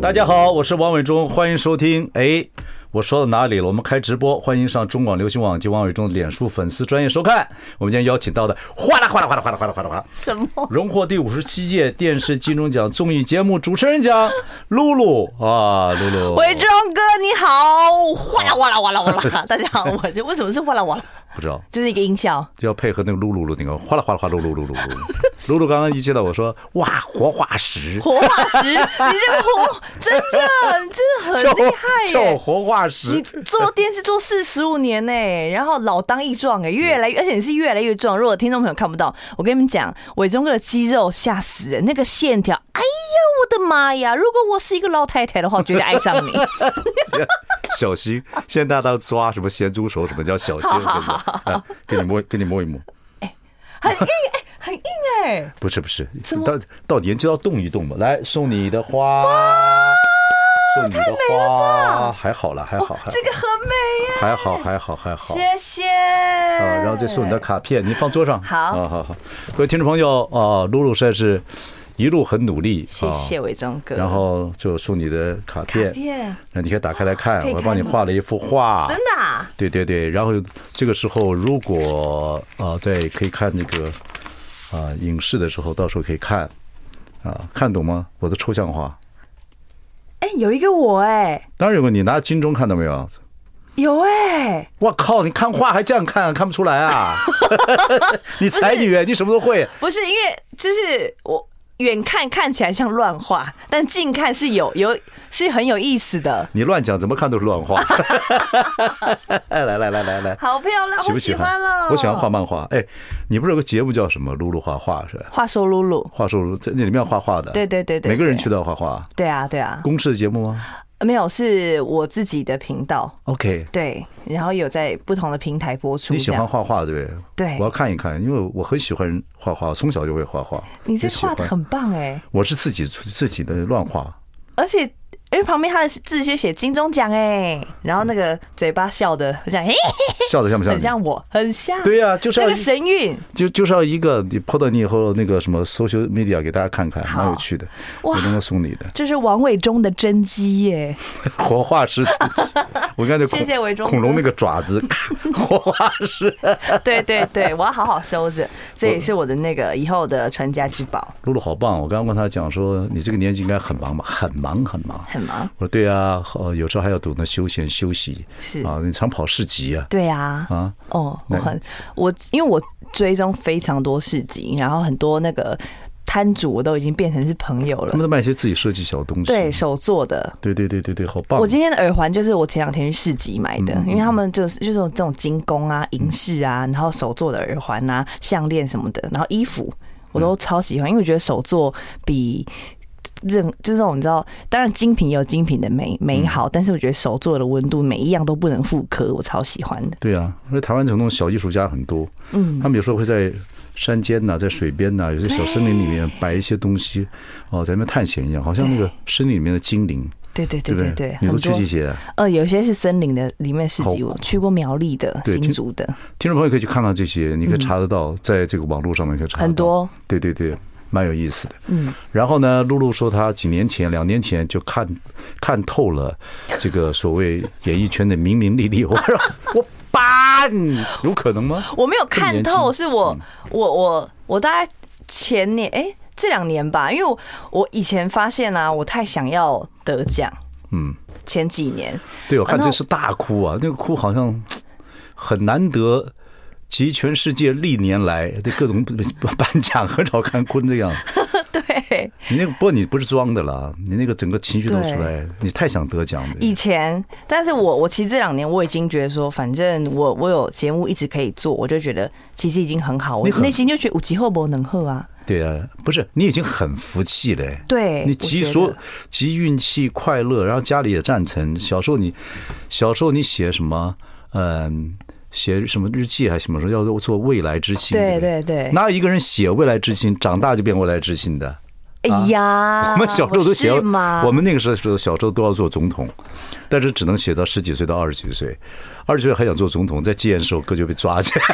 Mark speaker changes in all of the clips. Speaker 1: 大家好，我是王伟忠，欢迎收听。哎，我说到哪里了？我们开直播，欢迎上中广流行网及王伟忠的脸书粉丝专业收看。我们今天邀请到的，哗啦哗啦哗啦哗啦哗啦哗啦哗啦，
Speaker 2: 什么？
Speaker 1: 荣获第五十七届电视金钟奖综艺节目主持人奖，露露啊，露露，
Speaker 2: 伟忠哎哥你好，哗啦哗啦哗啦哗 啦，大家好，哦我是为什么是哗啦哗啦？
Speaker 1: 不知道
Speaker 2: 就是一个音效，
Speaker 1: 就要配合那个露露的那个哗啦哗啦哗啦露露露露 露，露露刚刚一见到我说哇活化石，
Speaker 2: 活化石，你这个活真的，你真的
Speaker 1: 就
Speaker 2: 很厉 害
Speaker 1: 就
Speaker 2: 耶！
Speaker 1: 活化石，
Speaker 2: 你做电视做四十五年呢、然后老当益壮哎、越来越，而且你是越来越壮。如果听众朋友看不到，我跟你们讲，伟忠哥的肌肉吓死人，那个线条，哎呀，我的妈呀！如果我是一个老太太的话，我绝对爱上 你。
Speaker 1: 小心！现在大家都抓什么咸猪手什么叫小心？我跟你讲啊，给你摸，给你摸一摸。
Speaker 2: 很硬哎、很硬哎、
Speaker 1: 不是不是
Speaker 2: 怎，么
Speaker 1: 到到年就要动一动嘛。来，送你的花，送你的花，还好了，还好，还
Speaker 2: 这个很美耶、
Speaker 1: 还好，还好，还好。
Speaker 2: 谢谢。
Speaker 1: 啊，
Speaker 2: 啊
Speaker 1: 然后再送你的卡片，你放桌上。
Speaker 2: 好
Speaker 1: 啊，好好。各位听众朋友啊，露露实在是一路很努力，
Speaker 2: 谢谢
Speaker 1: 啊。
Speaker 2: 伟忠哥。
Speaker 1: 然后就送你的卡
Speaker 2: 啊
Speaker 1: 片，
Speaker 2: 片
Speaker 1: 那你可以打开来看，
Speaker 2: 可以
Speaker 1: 我帮你
Speaker 2: 看吗
Speaker 1: 画了一幅画，
Speaker 2: 真的、啊，
Speaker 1: 对对对，然后这个时候如果啊，在可以看那个啊影视的时候，到时候可以看啊，看懂吗？我的抽象画，
Speaker 2: 哎、有一个我哎、
Speaker 1: 当然有个你拿金钟看到没有？
Speaker 2: 有哎、
Speaker 1: 我靠，你看画还这样看、啊，看不出来啊！ 你才女，哎你什么都会。
Speaker 2: 不是因为就是我远看看起来像乱画，但近看是有有是很有意思的，
Speaker 1: 你乱讲，怎么看都是乱 画。来来来来来，
Speaker 2: 好漂亮，
Speaker 1: 喜不
Speaker 2: 啊我
Speaker 1: 喜
Speaker 2: 喜
Speaker 1: 欢
Speaker 2: 欢哦了，？
Speaker 1: 我喜欢画。漫画。哎，你不是有个节目叫什么“露露画画”是吧？
Speaker 2: 画手露露，
Speaker 1: 画术在那里面要画画的。
Speaker 2: 对对对对
Speaker 1: 每个人
Speaker 2: 对
Speaker 1: 去都要画画。
Speaker 2: 对啊对啊，
Speaker 1: 公式的节目吗
Speaker 2: 没有是我自己的频道。
Speaker 1: ？OK，
Speaker 2: 对，然后有在不同的平台播出。
Speaker 1: 你喜
Speaker 2: 这
Speaker 1: 欢
Speaker 2: 样？
Speaker 1: 画画对不对？
Speaker 2: 对
Speaker 1: 我要看一看，因为我很喜欢画画，从小就会画画。
Speaker 2: 你这
Speaker 1: 也喜
Speaker 2: 画
Speaker 1: 欢
Speaker 2: 的，很棒哎、
Speaker 1: 我是自己自己的乱 画。
Speaker 2: 而且因为旁边他的字就写金钟奖哎，然后那个嘴巴笑的很像，嘿，
Speaker 1: 笑的像不像
Speaker 2: 很
Speaker 1: 你？
Speaker 2: 像我，很像，
Speaker 1: 对呀、就是
Speaker 2: 那
Speaker 1: 要
Speaker 2: 个神韵，
Speaker 1: 就就是要一个你抛到你以后那个什么 social media 给大家看看，
Speaker 2: 好
Speaker 1: 蛮有趣的。
Speaker 2: 哇
Speaker 1: 我能够送你的
Speaker 2: 这是王伟忠的真机 耶，
Speaker 1: 活化石， 我刚才恐
Speaker 2: 谢谢伟忠哥
Speaker 1: 恐龙那个爪 子，活化石。
Speaker 2: 对对对，我要好好 收着，这也是我的那个以后的传家之宝，
Speaker 1: 露露好棒！我刚刚跟她讲说，你这个年纪应该很忙吧？很忙很忙。
Speaker 2: 很忙，
Speaker 1: 我说对啊，呃，有时候还要懂得休闲休息。
Speaker 2: 是
Speaker 1: 啊，你常跑市集啊。
Speaker 2: 对啊，
Speaker 1: 啊，
Speaker 2: 哦，我
Speaker 1: 对
Speaker 2: 很我因为我追踪非常多市集，然后很多那个摊主我都已经变成是朋友
Speaker 1: 他们
Speaker 2: 了，
Speaker 1: 都卖一些自己设计小东西。
Speaker 2: 对手做的，
Speaker 1: 对对对对对，好棒！
Speaker 2: 我今天的耳环就是我前两天去市集买的，因为他们就是就是有这种精工啊、银饰啊，然后手做的耳环啊、项链什么的，然后衣服我都超喜欢，因为我觉得手做比。任就是这种你知道，当然精品也有精品的美美好，但是我觉得手做的温度每一样都不能复刻，我超喜欢的。
Speaker 1: 对啊，因为台湾这种小艺术家很多，
Speaker 2: 嗯，
Speaker 1: 他们有时候会在山间呐、在水边呐、有些小森林里面摆一些东西，哦，在那边探险一样，好像那个森林里面的精灵，
Speaker 2: 对对对
Speaker 1: 不
Speaker 2: 对对，
Speaker 1: 你
Speaker 2: 很
Speaker 1: 都去
Speaker 2: 多
Speaker 1: 这些，
Speaker 2: 呃，有些是森林的里面市集，
Speaker 1: 好
Speaker 2: 我去过苗栗的、
Speaker 1: 对
Speaker 2: 新
Speaker 1: 听
Speaker 2: 竹的，
Speaker 1: 听众朋友可以去看看这些，你可以查得到，在这个网络上面可以查得到
Speaker 2: 嗯很多。
Speaker 1: 对对对，蛮有意思的。
Speaker 2: 嗯，
Speaker 1: 然后呢，露露说她几年前、两年前就看看透了这个所谓演艺圈的名名利利，我说我八，你有可能吗？
Speaker 2: 我没有
Speaker 1: 这么
Speaker 2: 看
Speaker 1: 年轻嗯
Speaker 2: 透，是我我我我大概前年哎、这两年吧，因为我我以前发现啊，我太想要得奖，
Speaker 1: 嗯。
Speaker 2: 前几 年
Speaker 1: 对，我看
Speaker 2: 然
Speaker 1: 这
Speaker 2: 后
Speaker 1: 是大哭啊，那个哭好像很难得，集全世界历年来的各种颁奖很少看哭这样。
Speaker 2: 对
Speaker 1: 你那个不过你不是装的啦，你那个整个情绪都出来，你太想得奖了。
Speaker 2: 以前，但是我我其实这两年我已经觉得说，反正我我有节目一直可以做，我就觉得其实已经很好，我
Speaker 1: 你很
Speaker 2: 内心就觉得五级后不能喝啊，
Speaker 1: 对啊，不是你已经很福气了、哎
Speaker 2: 对，
Speaker 1: 你
Speaker 2: 我
Speaker 1: 集
Speaker 2: 觉
Speaker 1: 所
Speaker 2: 得
Speaker 1: 集运气、快乐，然后家里也赞成。小时候你，小时候你写什么？嗯，写什么日记还是什么时候要做未来之星？
Speaker 2: 对
Speaker 1: 不
Speaker 2: 对对，
Speaker 1: 哪有一个人写未来之星，长大就变未来之星的？
Speaker 2: 哎呀，
Speaker 1: 啊 我们小时候都写
Speaker 2: 不是吗？，
Speaker 1: 我们那个时候小时候都要做总统，但是只能写到十几岁到二十几岁，二十岁还想做总统，在戒严时候哥就被抓起来。，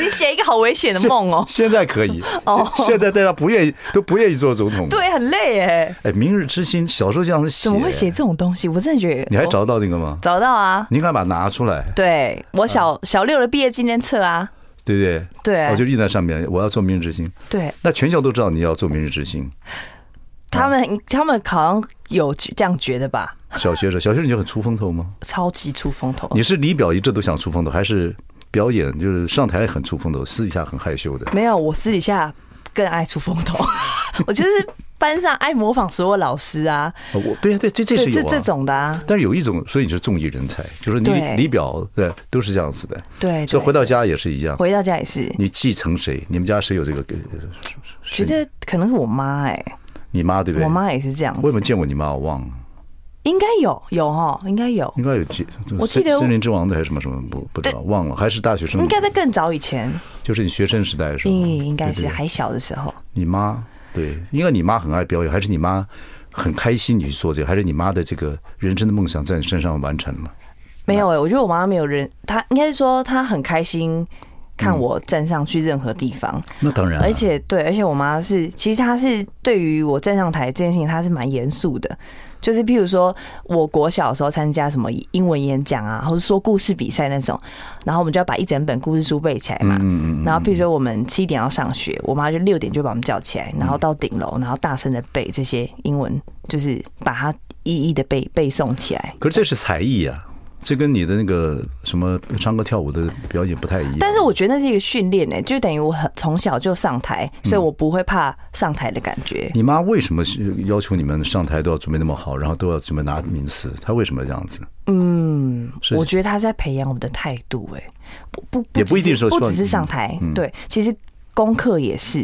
Speaker 2: 你写一个好危险的梦哦
Speaker 1: 现在可以
Speaker 2: 哦，
Speaker 1: 现现在大家不愿意都不愿意做总统。，
Speaker 2: 对，很累哎，
Speaker 1: 哎，明日之星小时候这样写，
Speaker 2: 怎么会写？哦这种东西？我真的觉得
Speaker 1: 你还
Speaker 2: 我
Speaker 1: 找到那个吗？
Speaker 2: 找到啊？
Speaker 1: 你应该把它拿出来，
Speaker 2: 对我小小六的毕业纪念册啊，
Speaker 1: 对不对？
Speaker 2: 对
Speaker 1: 我嗯哦就印啊在上面，我要做明日之星。
Speaker 2: 对，
Speaker 1: 那全校都知道你要做明日之星，
Speaker 2: 他们他们好像有这样觉得吧？
Speaker 1: 小学 生，小学生你就很出风头吗？
Speaker 2: 超级出风头，
Speaker 1: 你是里表一致都想出风头，还是表演就是上台很出风头，私底下很害羞的？
Speaker 2: 没有，我私底下更爱出风 头，我就是班上爱模仿所有老师啊，
Speaker 1: 呃我对呀、对，这这是
Speaker 2: 对，
Speaker 1: 有
Speaker 2: 这
Speaker 1: 啊。
Speaker 2: 这种的啊，
Speaker 1: 但是有一种，所以你是综艺人才，就是你
Speaker 2: 对
Speaker 1: 里表对都是这样子的，
Speaker 2: 对，
Speaker 1: 所以
Speaker 2: 对
Speaker 1: 回到家也是一样。
Speaker 2: 回到家也是，
Speaker 1: 你继承谁？你们家谁有这个？呃
Speaker 2: 觉得可能是我妈哎、
Speaker 1: 你妈对不对？
Speaker 2: 我妈也是这样
Speaker 1: 我有没有，
Speaker 2: 子
Speaker 1: 见过你妈？我忘了，
Speaker 2: 应该有有哈，应该有，
Speaker 1: 应该有记。
Speaker 2: 我记得
Speaker 1: 森森林之王的还是什么什么不不知道，忘了，还是大学生
Speaker 2: 应，该在更早以前，
Speaker 1: 就是你学生时代的时候，
Speaker 2: 应应该
Speaker 1: 对
Speaker 2: 是
Speaker 1: 对
Speaker 2: 啊还小的时候，
Speaker 1: 你妈对，应该你妈很爱表演，还是你妈很开心你去做这个，还是你妈的这个人生的梦想在你身上完成了？
Speaker 2: 没有哎、我觉得我妈没有人，她应该是说她很开心。看我站上去任何地方，
Speaker 1: 那当然、啊，
Speaker 2: 而且对，而且我妈是，其实她是对于我站上台这件事情，她是蛮严肃的。就是譬如说，我国小的时候参加什么英文演讲啊，或者说故事比赛那种，然后我们就要把一整本故事书背起来嘛。然后譬如说，我们七点要上学，我妈就六点就把我们叫起来，然后到顶楼，然后大声的背这些英文，就是把它一一的背背诵起来。
Speaker 1: 可是这是才艺啊，这跟你的那个什么唱歌跳舞的表演不太一样。
Speaker 2: 但是我觉得那是一个训练呢，就等于我很从小就上台，
Speaker 1: 嗯
Speaker 2: 所以我不会怕上台的感觉。
Speaker 1: 你妈为什么是要求你们上台都要准备那么好，然后都要准备拿名次？她为什么这样子？
Speaker 2: 嗯，
Speaker 1: 是
Speaker 2: 我觉得他在培养我们的态度、哎，不不，
Speaker 1: 也不一定
Speaker 2: 只是
Speaker 1: 说
Speaker 2: 不
Speaker 1: 希望
Speaker 2: 只是
Speaker 1: 你嗯
Speaker 2: 上台，对，其实功课也是，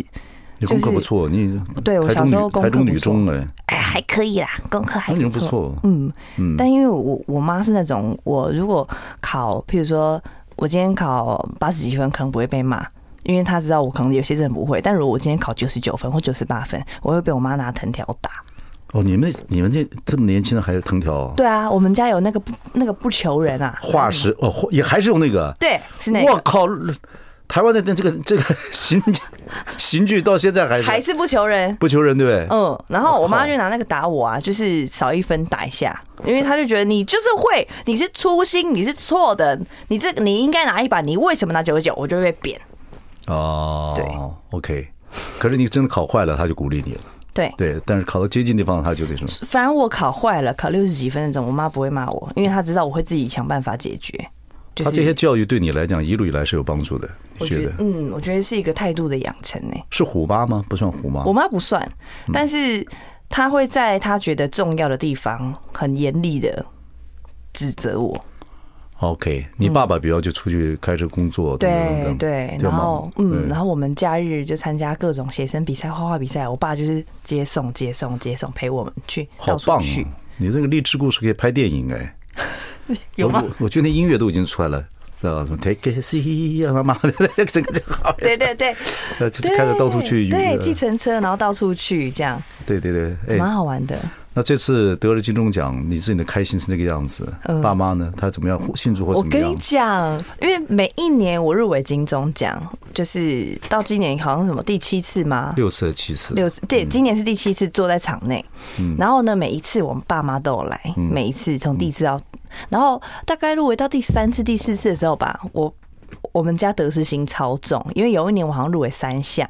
Speaker 1: 你功课
Speaker 2: 就是
Speaker 1: 不错，你
Speaker 2: 对我
Speaker 1: 台
Speaker 2: 小
Speaker 1: 中
Speaker 2: 时候
Speaker 1: 女
Speaker 2: 功
Speaker 1: 台
Speaker 2: 课
Speaker 1: 中
Speaker 2: 不
Speaker 1: 女
Speaker 2: 错，
Speaker 1: 中哎，
Speaker 2: 哎，还可以啦，功课
Speaker 1: 台
Speaker 2: 还
Speaker 1: 中女
Speaker 2: 不
Speaker 1: 中不
Speaker 2: 错，
Speaker 1: 错，
Speaker 2: 嗯，
Speaker 1: 嗯
Speaker 2: 但因为我我妈是那种，我如果考，譬如说我今天考八十几分，可能不会被骂。因为她知道我可能有些真的不会，但如果我今天考九十九分或九十八分，我会被我妈拿藤条打。
Speaker 1: 哦，你们你们这这么年轻的还有藤条，
Speaker 2: 对啊，我们家有那个不那个不求人啊，
Speaker 1: 化石哦，化也还是用那个，
Speaker 2: 对，是那
Speaker 1: 我
Speaker 2: 个，
Speaker 1: 靠！台湾的这个这个 刑刑具到现在还是
Speaker 2: 还是不求人，
Speaker 1: 不求人，对不对？
Speaker 2: 嗯，然后我
Speaker 1: 我
Speaker 2: 妈
Speaker 1: 靠
Speaker 2: 就拿那个打我啊，就是少一分打一下，因为她就觉得你就是会，你是粗心，你是错的，你这你应该拿一把，你为什么拿九十九？我就会被扁。嗯
Speaker 1: 哦，对，OK。可是你真的考坏了，他就鼓励你了，
Speaker 2: 对，
Speaker 1: 对。但是考到接近地方，他就那什么。
Speaker 2: 反正我考坏了，考六十几分那种，我妈不会骂我，因为她知道我会自己想办法解决。就
Speaker 1: 他这些
Speaker 2: 是
Speaker 1: 教育对你来讲，一路以来是有帮助的，
Speaker 2: 我
Speaker 1: 觉
Speaker 2: 觉得
Speaker 1: 得，
Speaker 2: 嗯，我觉得是一个态度的养成欸呢、
Speaker 1: 是虎妈吗？不算虎妈
Speaker 2: 我，妈不算，
Speaker 1: 嗯
Speaker 2: 但是她会在她觉得重要的地方很严厉的指责我。
Speaker 1: OK，你
Speaker 2: 嗯
Speaker 1: 爸爸比较就出去开车工作，等等
Speaker 2: 对
Speaker 1: 等等，
Speaker 2: 对，
Speaker 1: 就
Speaker 2: 然
Speaker 1: 忙
Speaker 2: 后嗯，
Speaker 1: 对
Speaker 2: 然后我们假日就参加各种写生比赛、画画比赛，我爸就是接送、接送、接送，陪我们去
Speaker 1: 好
Speaker 2: 到处
Speaker 1: 棒
Speaker 2: 去
Speaker 1: 啊，！你这个励志故事可以拍电影哎，
Speaker 2: 有吗
Speaker 1: 我？我我觉得那音乐都已经出来了，知道吧什么 Take a seat，妈啊 妈的，这个就好。
Speaker 2: 对对对，
Speaker 1: 呃，就是 开着到处去
Speaker 2: 对，
Speaker 1: 呃
Speaker 2: 对计程车，然后到处去，这样
Speaker 1: 对对对，
Speaker 2: 蛮
Speaker 1: 哎，
Speaker 2: 好玩的。
Speaker 1: 那这次得了金钟奖，你自己的开心是那个样子，爸妈呢，他怎么样庆祝或
Speaker 2: 嗯我
Speaker 1: 怎么
Speaker 2: 跟
Speaker 1: 样
Speaker 2: 你？讲，因为每一年我入围金钟奖，就是到今年好像什么第七次吗？
Speaker 1: 六次七次，嗯
Speaker 2: 六对，今年是第七次坐在场内，然后呢，每一次我们爸妈都有来，
Speaker 1: 嗯
Speaker 2: 每一次从第一次到，然后大概入围到第三次、第四次的时候吧，我我们家得失心超重，因为有一年我好像入围三项，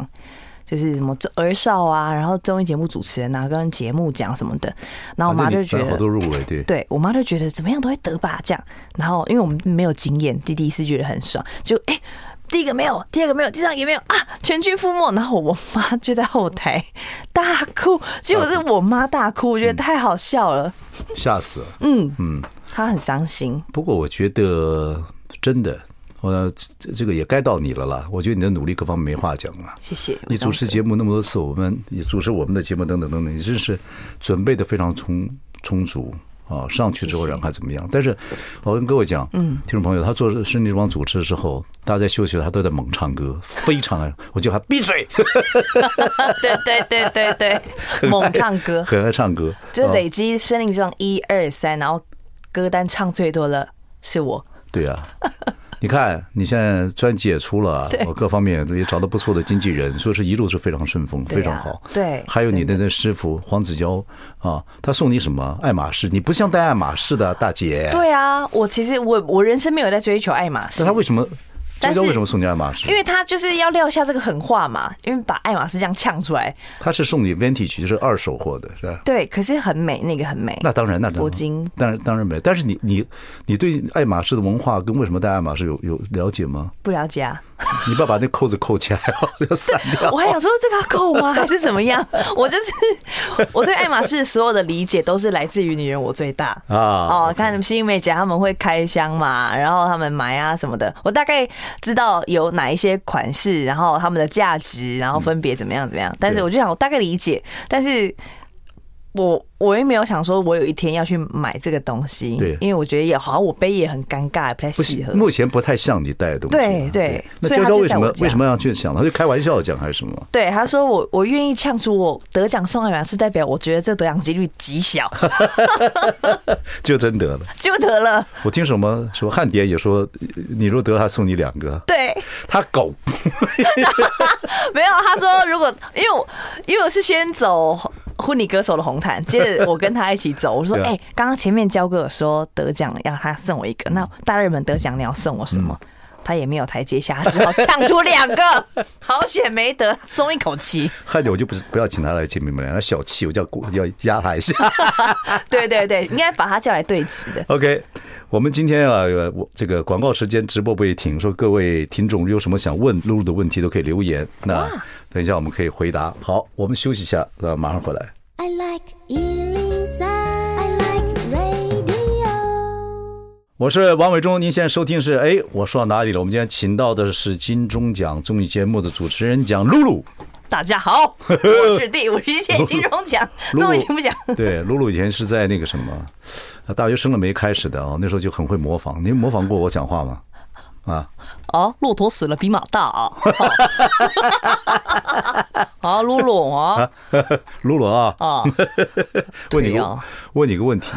Speaker 2: 就是什么儿少啊，然后综艺节目主持人啊，跟节目奖什么的，然后我
Speaker 1: 反
Speaker 2: 妈
Speaker 1: 正
Speaker 2: 就
Speaker 1: 你反
Speaker 2: 觉
Speaker 1: 正好
Speaker 2: 得。
Speaker 1: 多入围，对，
Speaker 2: 对我妈就觉得怎么样都会得吧，这样。然后因为我们没有经验，第第一次觉得很爽，就哎、第一个没有，第二个没有，第三个也没有啊，全军覆没。然后我妈就在后台大哭，结果是我妈大哭，我觉
Speaker 1: 嗯
Speaker 2: 得太好笑了，
Speaker 1: 吓死了。
Speaker 2: 嗯嗯，她很伤心，
Speaker 1: 不过我觉得真的，我这这个也该到你了啦。我觉得你的努力各方面没话讲了。
Speaker 2: 谢谢。
Speaker 1: 你主持节目那么多次，我们你主持我们的节目等等等等，你真是准备的非常充充足啊！上去之后
Speaker 2: 谢谢
Speaker 1: 然后怎么样？但是我跟各位讲，嗯，听众朋友，他做深圳帮主持的时候，大家在休息的时候他都在猛唱歌，非常的，我就喊闭嘴，
Speaker 2: 嗯对对对对 对，猛唱歌，
Speaker 1: 很爱唱歌，
Speaker 2: 就是
Speaker 1: 啊
Speaker 2: 累积森林之王一二三，然后歌单唱最多的是我。
Speaker 1: 对啊， 你看你现在专辑也出 了，我各方面也找到不错的经纪人，所以是一路是非常顺风，
Speaker 2: 对啊
Speaker 1: 非常好。
Speaker 2: 对
Speaker 1: 还有你的那师傅黄子佼啊，他送你什么爱马仕？你不像戴爱马仕的大姐，
Speaker 2: 对啊，我其实我我人生没有在追求爱马仕
Speaker 1: 那，他为什么？
Speaker 2: 但
Speaker 1: 周
Speaker 2: 是
Speaker 1: 娇为什么送你爱马仕
Speaker 2: 因？为他就是要撂下这个狠话嘛，因为把爱马仕这样呛出来，
Speaker 1: 他是送你 vintage，就是二手货的，是吧？
Speaker 2: 对，可是很美，那个很美。
Speaker 1: 那当然，那当
Speaker 2: 铂
Speaker 1: 然，
Speaker 2: 金
Speaker 1: 当然当然没。但是你你你对爱马仕的文化跟为什么戴爱马仕有有了解吗？
Speaker 2: 不了解啊，
Speaker 1: 你爸把那扣子扣起来， 要散掉。
Speaker 2: 我还想说这个要够 吗，还是怎么样？我就是我对爱马仕所有的理解都是来自于女人我最大。
Speaker 1: 啊
Speaker 2: 哦，看新梅姐他们会开箱嘛，然后他们买啊什么的，我大概知道有哪一些款式，然后他们的价值，然后分别怎么样怎么样。但是我就想，我大概理解，但是我我也没有想说我有一天要去买这个东西，
Speaker 1: 对
Speaker 2: 因为我觉得也好像我背也很尴尬，也不太
Speaker 1: 不
Speaker 2: 适
Speaker 1: 行
Speaker 2: 合，。
Speaker 1: 目前不太像你带的东西啊。
Speaker 2: 对对
Speaker 1: 那
Speaker 2: 所以
Speaker 1: 娇
Speaker 2: 他
Speaker 1: 娇
Speaker 2: 就
Speaker 1: 为什
Speaker 2: 在我
Speaker 1: 么
Speaker 2: 家
Speaker 1: 为什么要去想？他就开玩笑讲还是什么？
Speaker 2: 对，他说我我愿意呛出我得奖送爱马仕，代表我觉得这得奖几率极小
Speaker 1: 就真得了。
Speaker 2: 就得了。
Speaker 1: 我听什么什么汉典也说，呃你若得他送你两个。
Speaker 2: 对，
Speaker 1: 他狗
Speaker 2: 没有，他说如果因为我因为我是先走婚礼歌手的红毯，接着我跟他一起走，我说
Speaker 1: 对啊
Speaker 2: 哎，刚刚、前面焦哥有说得奖要他送我一
Speaker 1: 嗯
Speaker 2: 个，那大热门得奖你要送我什么？他也没有台阶下，他只好呛出两 个，好险没得，松一口气。
Speaker 1: 汉典我就不是不要请他来见面了，他小气，我就要鼓要压他一 下。
Speaker 2: 对对对，应该把他叫来对质的。
Speaker 1: OK，我们今天啊，呃我这个广告时间直播不会停，说各位听众有什么想问露露的问题都可以留言，那等一下我们可以回答。好，我们休息一下，呃，马上回来。
Speaker 3: I like Ealing Sound. I like radio.
Speaker 1: 我是王伟忠，您现在收听是哎，我说到哪里了？我们今天请到的是金钟奖综艺节目的主持人蒋露 露。
Speaker 2: 大 家好，我是第五十届金钟奖
Speaker 1: 如
Speaker 2: 终
Speaker 1: 果
Speaker 2: 于金不奖，
Speaker 1: 对，露露以前是在那个什么，呃大学生了没开始的啊、那时候就很会模仿。您模仿过我讲话吗？啊，
Speaker 2: 哦，骆驼死了比马大啊！ 啊，露露啊，
Speaker 1: 露露啊，
Speaker 2: 啊，
Speaker 1: 问你
Speaker 2: 对
Speaker 1: 个
Speaker 2: 啊
Speaker 1: 问你个问题，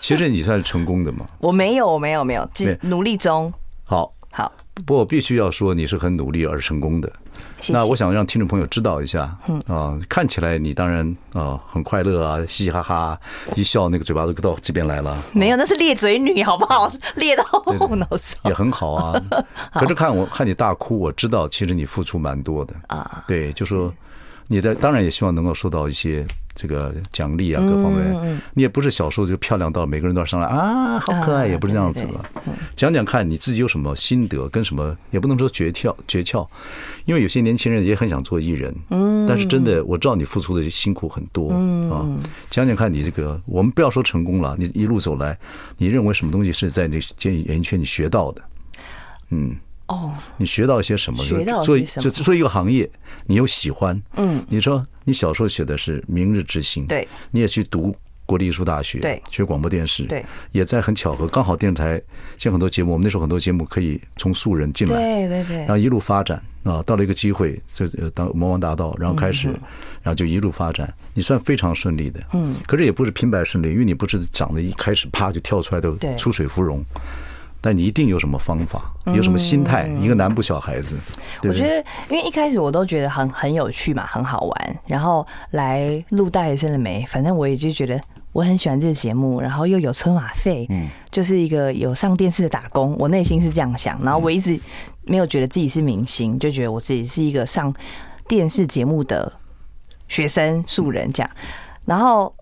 Speaker 1: 其实你算是成功的嘛。
Speaker 2: 我没有，我没有，没有，就
Speaker 1: 对
Speaker 2: 是
Speaker 1: 哦
Speaker 2: 努力中。
Speaker 1: 好，
Speaker 2: 好，
Speaker 1: 不过我必须要说你是很努力而成功的。
Speaker 2: 谢嗯
Speaker 1: 那
Speaker 2: 谢
Speaker 1: 我想让听众朋友知道一下，啊、看起来你当然啊、很快乐啊，嘻嘻哈哈，一笑那个嘴巴都到这边来 了。
Speaker 2: 没有，那是裂嘴女，好不 好？裂到后脑勺
Speaker 1: 也很好啊。可是看我看你大哭，我知道其实你付出蛮多的
Speaker 2: 啊。
Speaker 1: 对，就说你的当然也希望能够受到一些这个奖励啊，各方面。你也不是小时候就漂亮到每个人都要上来啊，好可爱，
Speaker 2: 啊
Speaker 1: 也不是这样子的。讲讲看你自己有什么心得，跟什么也不能说诀窍诀窍，因为有些年轻人也很想做艺人，嗯，但是真的我知道你付出的辛苦很多啊。讲讲看你这个，我们不要说成功了，你一路走来，你认为什么东西是在你这演艺圈你学到的？
Speaker 2: 哦，
Speaker 1: 你学到一些什么？
Speaker 2: 学到
Speaker 1: 做
Speaker 2: 一些什么
Speaker 1: 就做一个行业，你又喜欢，嗯，你说你小时候写的是《明日之星》，
Speaker 2: 对，
Speaker 1: 你也去读国立艺术大学，
Speaker 2: 对
Speaker 1: 学广播电视，
Speaker 2: 对，
Speaker 1: 也在很巧合，刚好电台像很多节目，我们那时候很多节目可以从素人进来，
Speaker 2: 对对对
Speaker 1: 然后一路发展啊，到了一个机会，就呃当魔王大道，然后开始，
Speaker 2: 嗯
Speaker 1: 然后就一路发展，你算非常顺利的，嗯，可是也不是平白顺利，因为你不是长得一开始啪就跳出来
Speaker 2: 对
Speaker 1: 的出水芙蓉，但你一定有什么方法，有什么心态，
Speaker 2: 嗯
Speaker 1: 一个南部小孩子，对不
Speaker 2: 我觉
Speaker 1: 对？
Speaker 2: 得，因为一开始我都觉得很很有趣嘛，很好玩。然后来录大学生的美，反正我也就觉得我很喜欢这个节目，然后又有车马费，嗯，就是一个有上电视的打工。我内心是这样想，
Speaker 1: 嗯
Speaker 2: 然后我一直没有觉得自己是明星，就觉得我自己是一个上电视节目的学生素人这样。然后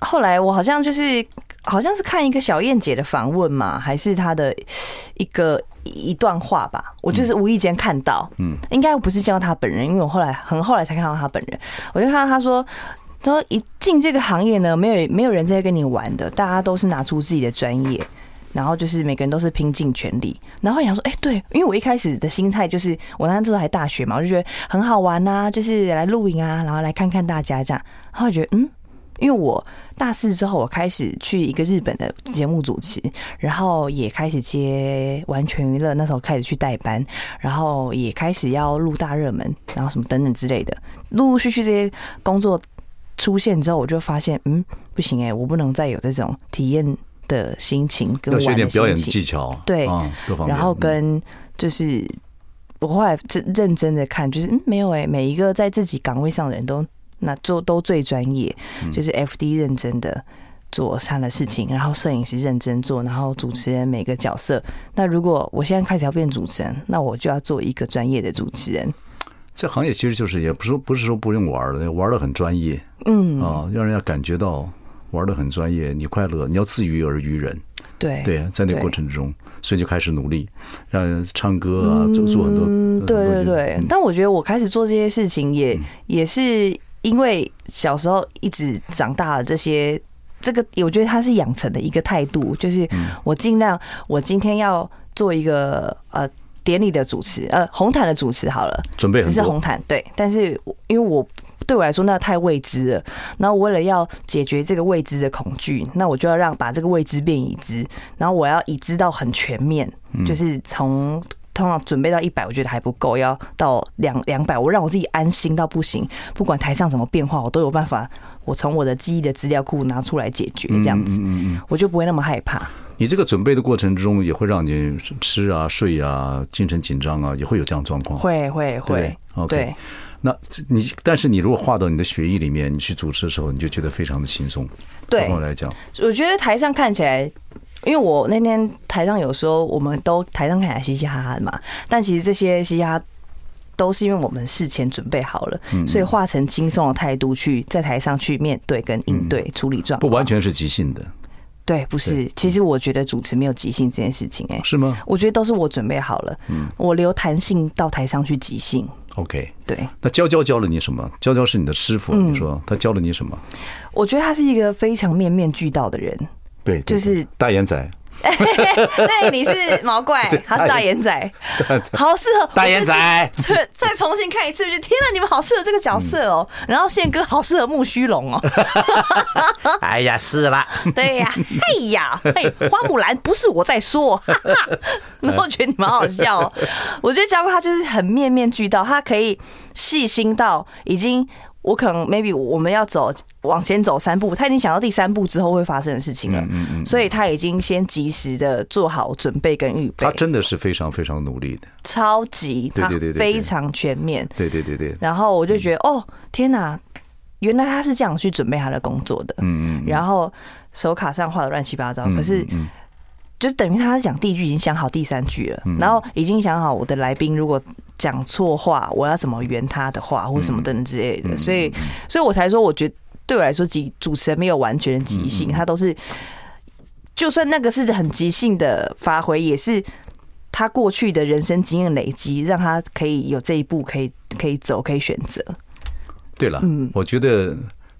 Speaker 2: 后来我好像就是好像是看一个小燕姐的访问嘛，还是她的一个一段话吧，我就是无意间看到，嗯，应该不是见到她本人，因为我后来很后来才看到她本人，我就看到她说。她说一进这个行业呢，没有没有人在跟你玩的，大家都是拿出自己的专业，然后就是每个人都是拼尽全力，然后想说，哎、对，因为我一开始的心态就是我那时候还大学嘛，我就觉得很好玩啊，就是来露营啊，然后来看看大家这样，然后我觉得嗯。因为我大四之后，我开始去一个日本的节目主持，然后也开始接完全娱乐，那时候开始去代班，然后也开始要录大热门，然后什么等等之类的，陆陆续续这些工作出现之后，我就发现，嗯，不行哎、我不能再有这种体验的心情跟
Speaker 1: 要学
Speaker 2: 玩
Speaker 1: 点
Speaker 2: 的
Speaker 1: 表演
Speaker 2: 心
Speaker 1: 的
Speaker 2: 情。
Speaker 1: 技巧，
Speaker 2: 对
Speaker 1: 啊，各方面。
Speaker 2: 然后
Speaker 1: 嗯
Speaker 2: 跟就是我后来真认真的看，就是嗯没有哎、每一个在自己岗位上的人都那做都最专业，
Speaker 1: 嗯
Speaker 2: 就是 FD 认真的。做他的事情，然后摄影师认真做，然后主持人每个角色。那如果我现在开始要变主持人，那我就要做一个专业的主持人。
Speaker 1: 这行业其实就是也不是说不是说不用玩儿的，玩的很专业
Speaker 2: 嗯，
Speaker 1: 啊，让人家感觉到玩的很专业，你快乐，你要自娱而娱人。
Speaker 2: 对
Speaker 1: 对，啊在那个
Speaker 2: 哎对
Speaker 1: 过程中，所以就开始努力，让唱歌啊，做做很多。
Speaker 2: 嗯，
Speaker 1: 很多
Speaker 2: 对对
Speaker 1: 东西
Speaker 2: 对。
Speaker 1: 嗯
Speaker 2: 但我觉得我开始做这些事情也，也、是因为小时候一直长大了这些。这个我觉得它是养成的一个态度，就是我尽量，我今天要做一个呃典礼的主持，呃红毯的主持好了，
Speaker 1: 准备
Speaker 2: 只
Speaker 1: 很
Speaker 2: 是
Speaker 1: 多
Speaker 2: 红，毯对，但是我因为我对我来说那太未知了，然后为了要解决这个未知的恐惧，那我就要让把这个未知变已知，然后我要已知到很全面，
Speaker 1: 嗯
Speaker 2: 就是从。通常准备到一百，我觉得还不够，要到两两百，我让我自己安心到不行。不管台上什么变化，我都有办法，我从我的记忆的资料库拿出来解决，这样子，我就不会那么害怕。
Speaker 1: 嗯你这个准备的过程中，也会让你吃啊、睡啊、精神紧张啊，也会有这样的状况。
Speaker 2: 会会会，
Speaker 1: 对，OK
Speaker 2: 对，
Speaker 1: 那你，但是你如果划到你的血液里面，你去主持的时候，你就觉得非常的轻松。
Speaker 2: 对
Speaker 1: 对我来讲，
Speaker 2: 我觉得台上看起来，因为我那天台上有时候我们都台上看起来嘻嘻哈哈的嘛，但其实这些嘻嘻哈哈都是因为我们事前准备好了，所以化成轻松的态度去在台上去面对跟应对、处理状
Speaker 1: 不
Speaker 2: 况。
Speaker 1: 完全是即兴的，
Speaker 2: 对，不是。其实我觉得主持没有即兴这件事情、哎，
Speaker 1: 是吗
Speaker 2: 我觉得都是我准备好了，我留弹性到台上去即兴。
Speaker 1: ？OK，
Speaker 2: 对，
Speaker 1: 那娇娇教了你什么？娇娇是你的师傅，
Speaker 2: 嗯
Speaker 1: 你说他教了你什么？
Speaker 2: 我觉得他是一个非常面面俱到的人。
Speaker 1: 对，对
Speaker 2: 就是
Speaker 1: 大眼仔，
Speaker 2: 对，你是毛怪，他是大眼仔，好适合
Speaker 1: 大眼仔
Speaker 2: 我最近再再重新看一次，就觉得天哪，你们好适合这个角色哦。
Speaker 1: 嗯
Speaker 2: 然后宪哥好适合木须龙哦，
Speaker 1: 哎呀，是啦，
Speaker 2: 对呀，哎呀，哎，花木兰不是我在说，哈哈 然 后我觉得你们好好笑哦。我觉得教过他就是很面面俱到，他可以细心到已经。我可能 maybe 我们要走往前走三步，他已经想到第三步之后会发生的事
Speaker 1: 嗯
Speaker 2: 情了，所以他已经先及时的做好准备跟预备。
Speaker 1: 他真的是非常非常努力的。
Speaker 2: 超级，
Speaker 1: 对
Speaker 2: 它
Speaker 1: 对对对对
Speaker 2: 非常全面。
Speaker 1: 对对对对，
Speaker 2: 然后我就觉得，哦，天哪，原来他是这样去准备他的工作的。嗯嗯。嗯然后手卡上画的乱七八糟，可是就是等于他讲第一句已经想好第三句了，然后已经想好我的来宾如果讲错话，我要怎么圆他的话或什么等等之类的。所以，所以我才说，我觉得对我来说，即主持人没有完全的即兴，他都是。就算那个是很即兴的发挥，也是他过去的人生经验累积，让他可以有这一步，可以可以走，可以选择。
Speaker 1: 对了，
Speaker 2: 嗯
Speaker 1: 我觉得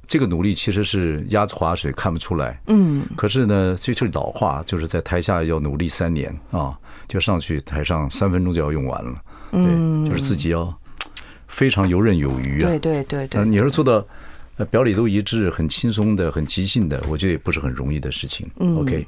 Speaker 1: 这个努力其实是鸭子划水看不出来。
Speaker 2: 嗯，
Speaker 1: 可是呢，这就是老话，就是在台下要努力三年啊，就上去台上三分钟就要用完了。对，就是自己要非常游刃有余啊。
Speaker 2: 嗯对对对
Speaker 1: 呃
Speaker 2: 对，
Speaker 1: 你要是做到呃表里都一致、很轻松的、很即兴的，我觉得也不是很容易的事情。OK。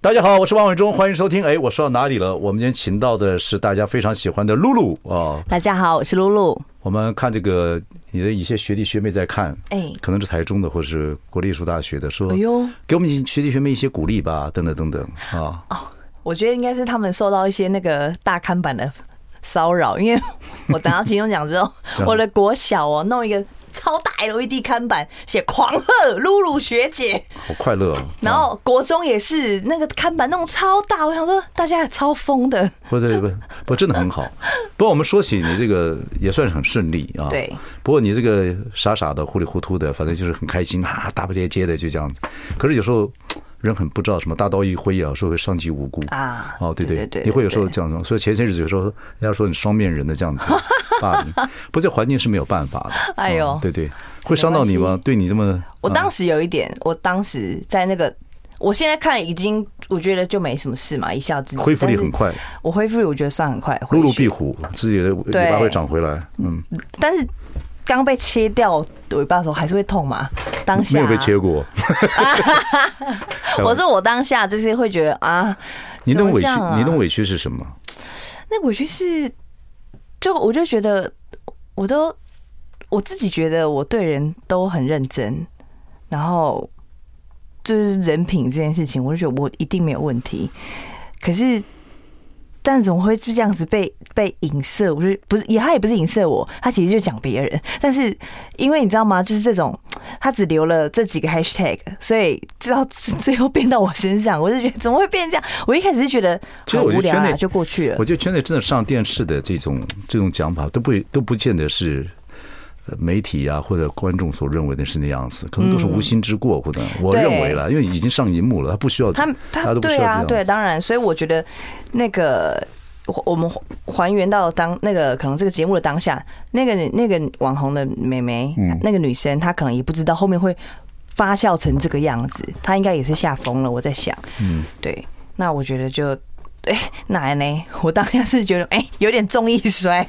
Speaker 1: 大家好，我是王伟忠，欢迎收听。哎，我说到哪里了？我们今天请到的是大家非常喜欢的露露啊。
Speaker 2: 大家好，我是露露。
Speaker 1: 我们看这个，你的一些学弟学妹在看，
Speaker 2: 哎
Speaker 1: 可能是台中的或是国立艺术大学的，说，
Speaker 2: 哎呦，哦
Speaker 1: 给我们学弟学妹一些鼓励吧，等等等等啊。
Speaker 2: 我觉得应该是他们受到一些那个大看板的骚扰，因为我等到金钟奖 之后，
Speaker 1: 嗯
Speaker 2: 我的国小哦弄一个超大 LED 看板，写“狂贺露露学姐”，
Speaker 1: 好快乐啊。
Speaker 2: 然后国中也是那个看板弄超大，我想说大家也超疯的。
Speaker 1: 不对不不，真的很好。不过我们说起你这个也算是很顺利啊。
Speaker 2: 对。
Speaker 1: 不过你这个傻傻的、糊里糊涂的，反正就是很开心啊，大不列颠的就这样子。可是有时候人很不知道什么，大刀一挥啊，说会伤及无辜
Speaker 2: 啊
Speaker 1: 哦，对
Speaker 2: 对对对
Speaker 1: 你会有时候嗯
Speaker 2: 对
Speaker 1: 这样说。所以前些日子有时候人家说你双面人的这样子，霸凌，不，这环境是没有办法的。
Speaker 2: 哎呦
Speaker 1: 嗯对对，会伤到你
Speaker 2: 没关
Speaker 1: 吗
Speaker 2: 系？
Speaker 1: 对你这么，
Speaker 2: 我当
Speaker 1: 嗯
Speaker 2: 时有一点，我当时在那个，我现在看已经，我觉得就没什么事嘛，一笑置之。
Speaker 1: 恢复力很
Speaker 2: 但是
Speaker 1: 快，
Speaker 2: 我恢复力我觉得算很快，
Speaker 1: 如入壁虎，自己的尾巴
Speaker 2: 对
Speaker 1: 会长回来。嗯，
Speaker 2: 但是刚被切掉尾巴的时候还是会痛嘛，当下、
Speaker 1: 没有被切过，
Speaker 2: 我说我当下就是会觉得啊，
Speaker 1: 你那
Speaker 2: 怎
Speaker 1: 种
Speaker 2: 么
Speaker 1: 委屈
Speaker 2: 这样，啊
Speaker 1: 你那种委屈是什么？
Speaker 2: 那委屈是，就我就觉得我都我自己觉得我对人都很认真，然后就是人品这件事情，我就觉得我一定没有问题。可是，但怎么会就这样子被被影射？我就不是也他也不是影射我，他其实就讲别人。但是因为你知道吗？就是这种他只留了这几个 hashtag，所以直到 最后变到我身上，我就觉得怎么会变这样？我一开始是觉得
Speaker 1: 其实
Speaker 2: 好
Speaker 1: 我觉
Speaker 2: 无
Speaker 1: 得
Speaker 2: 聊
Speaker 1: 圈
Speaker 2: 啊，
Speaker 1: 内
Speaker 2: 就过去了
Speaker 1: 我。觉得圈内真的上电视的这种这种讲法，都不会都不见得是。呃媒体啊，或者观众所认为的是那样子，可能都是无心之过，或者我
Speaker 2: 嗯对
Speaker 1: 认为了，因为已经上荧幕了，他不需要，
Speaker 2: 他
Speaker 1: 大
Speaker 2: 他
Speaker 1: 家都不需哦要
Speaker 2: 对
Speaker 1: 这样
Speaker 2: 啊，
Speaker 1: 子。
Speaker 2: 对，当然，所以我觉得那个我我们还原到当那个可能这个节目的当下，那个那个网红的妹妹，那个女生，她可能也不知道后面会发酵成这个样子，她应该也是吓疯了。我在想，嗯，对，那我觉得就。哎，哪呢？我当下是觉得，哎、有点重一摔，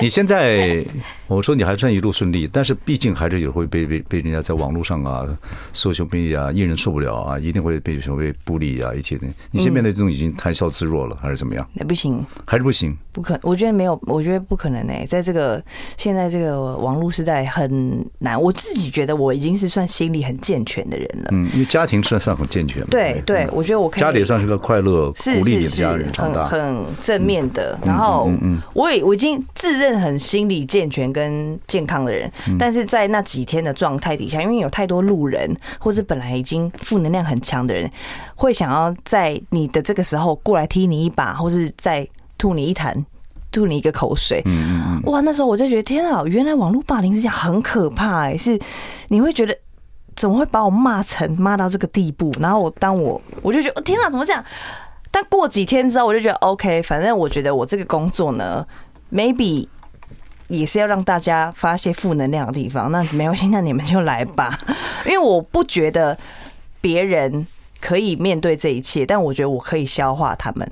Speaker 1: 你现在，我说你还算一路顺利，但是毕竟还是有会被被被人家在网络上啊、social media 啊，艺人受不了啊，一定会被所谓孤立啊，一些的。你现在面对这种已经谈笑自若了，还是怎么样？
Speaker 2: 那不行，
Speaker 1: 还是不行？
Speaker 2: 不可，我觉得没有，我觉得不可能哎、在这个现在这个网络时代很难。我自己觉得我已经是算心理很健全的人了。
Speaker 1: 嗯，因为家庭算算很健全嘛。哎
Speaker 2: 对对，我觉得我可以
Speaker 1: 家里也算是个快乐、
Speaker 2: 是
Speaker 1: 鼓励你的
Speaker 2: 是
Speaker 1: 家人
Speaker 2: 是
Speaker 1: 长大嗯
Speaker 2: 很。很正面的。然后我也我已经自认很心理健全跟健康的人，
Speaker 1: 嗯
Speaker 2: 但是在那几天的状态底下，因为有太多路人或是本来已经负能量很强的人，会想要在你的这个时候过来踢你一把，或是再吐你一痰。吐你一个口水，哇！那时候我就觉得天啊，原来网络霸凌是这样，很可怕哎、是你会觉得怎么会把我骂成骂到这个地步？然后我当我我就觉得哦天哪，怎么这样？但过几天之后，我就觉得 OK，反正我觉得我这个工作呢，maybe 也是要让大家发泄负能量的地方。那没关系，那你们就来吧，因为我不觉得别人可以面对这一切，但我觉得我可以消化他们。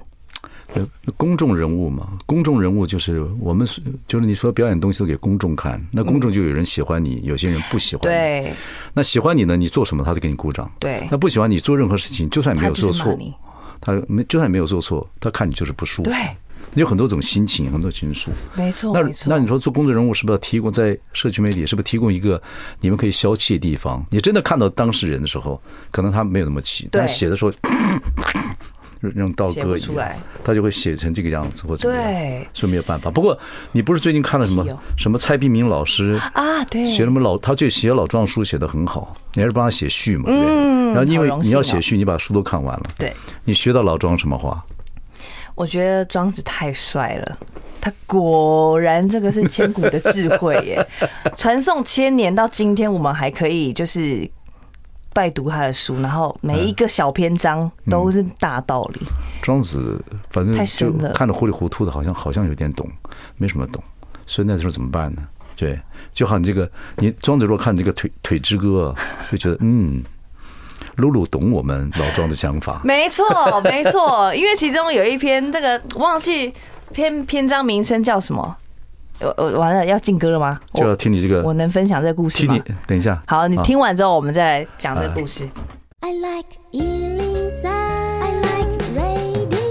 Speaker 1: 呃公众人物嘛，公众人物就是我们所，就是你说表演东西都给公众看，那公众就有人喜欢你，有些人不喜欢你。
Speaker 2: 对
Speaker 1: 那喜欢你呢，你做什么他都给你鼓掌。
Speaker 2: 对
Speaker 1: 那不喜欢你做任何事情，就算你没有做
Speaker 2: 他就是
Speaker 1: 错
Speaker 2: 骂你，
Speaker 1: 他没就算你没有做错，他看你就是不舒服。
Speaker 2: 对，
Speaker 1: 有很多种心情，很多情绪。
Speaker 2: 没错
Speaker 1: 那
Speaker 2: 哦没错
Speaker 1: 那你说做工作人物是不是要提供在社区媒体是不是提供一个你们可以消气的地方？你真的看到当事人的时候，可能他没有那么气，
Speaker 2: 对
Speaker 1: 但写的时候， 让道
Speaker 2: 写
Speaker 1: 哥
Speaker 2: 不啊
Speaker 1: 一
Speaker 2: 出
Speaker 1: 样
Speaker 2: 来，
Speaker 1: 他就会写成这个样子或者怎么样，
Speaker 2: 对
Speaker 1: 所以没有办法。不过你不是最近看了什么
Speaker 2: 是哦
Speaker 1: 什么蔡碧明老师
Speaker 2: 啊，对，
Speaker 1: 写什么老，他就写老状书写的很好，你还是帮他写序嘛，对不对？然后因
Speaker 2: 好
Speaker 1: 为
Speaker 2: 荣幸
Speaker 1: 你要
Speaker 2: 哦
Speaker 1: 写序，你把书都看完了，
Speaker 2: 对，
Speaker 1: 你学到老庄什么话？
Speaker 2: 我觉得庄子太帅了。他果然，这个是千古的智慧耶， 传颂千年到今天，我们还可以就是拜读他的书，然后每一个小篇章都是大道理。
Speaker 1: 庄子反正
Speaker 2: 太
Speaker 1: 就
Speaker 2: 深了
Speaker 1: 看得糊里糊涂的，好像好像有点懂，没什么懂，所以那时候怎么办呢？对，就好像你这个你庄子若看这个腿腿之歌，就觉得嗯，露露懂我们老庄的想 法。
Speaker 2: 没错，没错，因为其中有一篇这个忘记篇篇章名称叫什么，我我完了要进歌了吗？
Speaker 1: 就要
Speaker 2: 我
Speaker 1: 听你这
Speaker 2: 我
Speaker 1: 个，
Speaker 2: 能分享这个故事
Speaker 1: 听
Speaker 2: 吗
Speaker 1: 你？等一下，
Speaker 2: 好，你
Speaker 1: 啊
Speaker 2: 听完之后，我们再来讲这个故事。
Speaker 3: I like Ealing Sound. I like radio.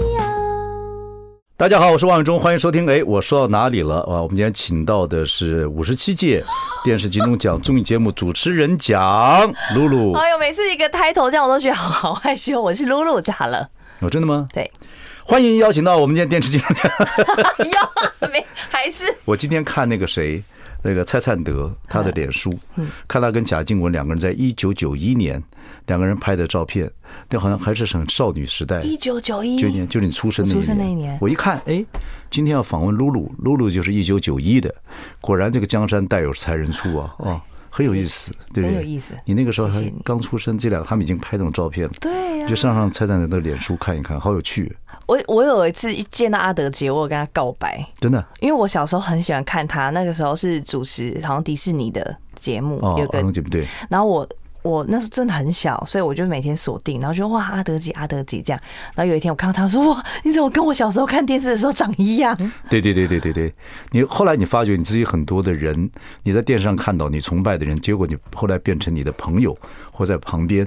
Speaker 1: 大家好，我是王永忠，欢迎收听。哎，我说到哪里了啊？我们今天请到的是五十七届电视金钟奖综艺节目主持人奖露 露。
Speaker 2: 哎呦，每次一个 title 这样，我都觉得好好害羞。我是露露就好了。
Speaker 1: 哦，真的吗？
Speaker 2: 对，
Speaker 1: 欢迎邀请到我们今天电视金钟奖。
Speaker 2: 有没还是
Speaker 1: 我今天看那个谁，那个蔡灿德他的脸书，
Speaker 2: 嗯
Speaker 1: 看他跟贾静雯两个人在一九九一年两个人拍的照片，那好像还是很少女时代。
Speaker 2: 一九九一
Speaker 1: 就年，就是你出生那一
Speaker 2: 我
Speaker 1: 年。
Speaker 2: 出生那一年
Speaker 1: 我一看，哎，今天要访问露露，露露就是一九九一的，果然这个江山代有才人出啊，哦，很有意思，对不对？
Speaker 2: 很有意思
Speaker 1: 你那个时候
Speaker 2: 谢
Speaker 1: 还
Speaker 2: 谢你
Speaker 1: 刚出生，这俩他们已经拍那种照片了，
Speaker 2: 对啊呀
Speaker 1: 你就上上蔡展的脸书看一看，好有趣，
Speaker 2: 我我有一次一见到阿德姐，我有跟她告白，
Speaker 1: 真的。
Speaker 2: 因为我小时候很喜欢看她，那个时候是主持好像迪士尼的节目，
Speaker 1: 哦
Speaker 2: 有，个
Speaker 1: 儿童节目对，
Speaker 2: 然后我我那时候真的很小，所以我就每天锁定，然后就哇阿德姐阿德姐这样。然后有一天我看到她说哇，你怎么跟我小时候看电视的时候长一样？
Speaker 1: 对对对对对对，你后来你发觉你自己很多的人，你在电视上看到你崇拜的人，结果你后来变成你的朋友或在旁边，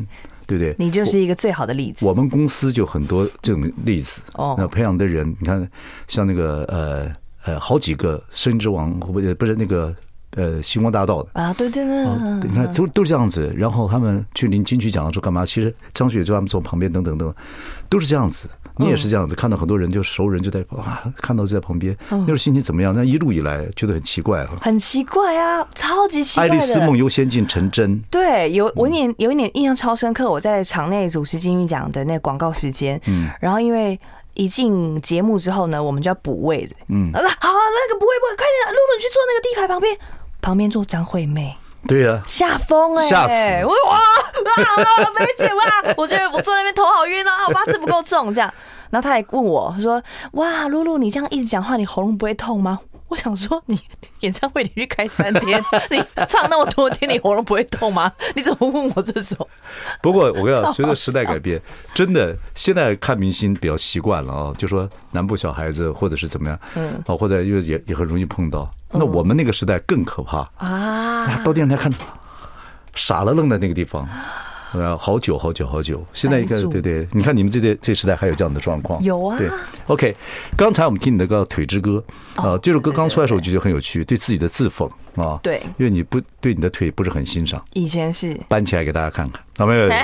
Speaker 1: 对不对？
Speaker 2: 你就是一个最好的例子。
Speaker 1: 我们公司就很多这种例子，
Speaker 2: 哦
Speaker 1: 那培养的人，你看像那个呃呃，好几个《生之王》不是不是那个呃《星光大道》的。
Speaker 2: 啊，对对对，
Speaker 1: 哦
Speaker 2: 嗯，
Speaker 1: 你看都都是这样子，然后他们去领金曲奖的时候干嘛？其实张学友就他们从旁边等等等，都是这样子。你也是这样子，看到很多人就熟人就在啊，看到就在旁边，
Speaker 2: 哦
Speaker 1: 那时候心情怎么样？那一路以来觉得很奇怪啊。
Speaker 2: 很奇怪啊，超级奇
Speaker 1: 爱
Speaker 2: 怪的。
Speaker 1: 丽丝梦游仙境成真，
Speaker 2: 对，有我一年有一年印象超深刻，我在场内主持金曲奖的那个广告时间，嗯，然后因为。一进节目之后呢，我们就要补位的，嗯，好、那个补位补位，快点，露露你去坐那个第一排旁边，旁边坐张惠妹，
Speaker 1: 对啊呀、
Speaker 2: 吓疯哎，
Speaker 1: 吓死
Speaker 2: 我哇啊，梅姐哇，我觉得我坐那边头好晕啊，我八字不够重这样。然后他还问我说：“哇，露露，你这样一直讲话，你喉咙不会痛吗？”我想说，你演唱会你去开三天， 你唱那么多天，你喉咙不会痛吗？你怎么问我这种？
Speaker 1: 不过我跟你讲，随着时代改变，真的现在看明星比较习惯了啊，就说南部小孩子或者是怎么样，嗯，啊，或者又也也很容易碰到。
Speaker 2: 嗯
Speaker 1: 那我们那个时代更可怕，
Speaker 2: 啊
Speaker 1: 啊，到电视台看，傻了愣在那个地方，呃，好久好久好久。现在一
Speaker 2: 呆
Speaker 1: 个
Speaker 2: 住
Speaker 1: 对对，你看你们这代这时代还有这样的状况，
Speaker 2: 有啊
Speaker 1: 对，OK，刚才我们听你那个《腿之歌》
Speaker 2: 哦
Speaker 1: 啊，这首歌刚出来的时候我就觉得很有趣，对自己的自讽啊，
Speaker 2: 对
Speaker 1: 因为你不对你的腿不是很欣赏，
Speaker 2: 以前是，
Speaker 1: 搬起来给大家看看啊，没有，没有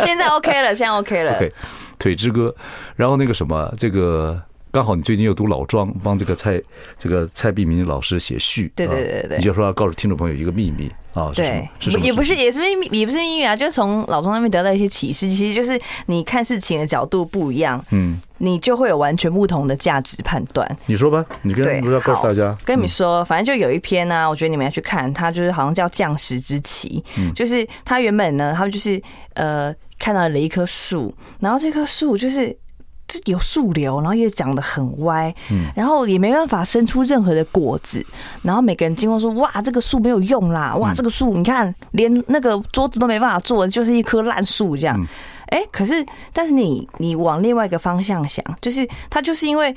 Speaker 2: 现在 OK 了，现在 OK 了。
Speaker 1: OK，腿之歌，然后那个什么，这个刚好你最近又读老庄，帮这个蔡这个蔡碧明老师写序，
Speaker 2: 对对
Speaker 1: 啊
Speaker 2: 对对对
Speaker 1: 你就说要告诉听众朋友一个秘密啊，是什么
Speaker 2: 对，
Speaker 1: 是什么
Speaker 2: 也不
Speaker 1: 事
Speaker 2: 是
Speaker 1: 情
Speaker 2: 也是秘密也不是秘密啊，就是从老钟那边得到一些启示，其实就是你看事情的角度不一样，
Speaker 1: 嗯，
Speaker 2: 你就会有完全不同的价值判断。
Speaker 1: 你说吧，你
Speaker 2: 对
Speaker 1: 跟不是要告诉大家嗯
Speaker 2: 好，跟你们说，反正就有一篇啊呢、我觉得你们要去看，它就是好像叫《降石之奇》，
Speaker 1: 嗯
Speaker 2: 就是它原本呢，他们就是呃看到了一棵树，然后这棵树就是。就有树瘤，然后也长得很歪，然后也没办法生出任何的果子。然后每个人经过说：“哇，这个树没有用啦！哇，这个树你看连那个桌子都没办法坐，就是一棵烂树这样。哎、可是但是你你往另外一个方向想，就是它就是因为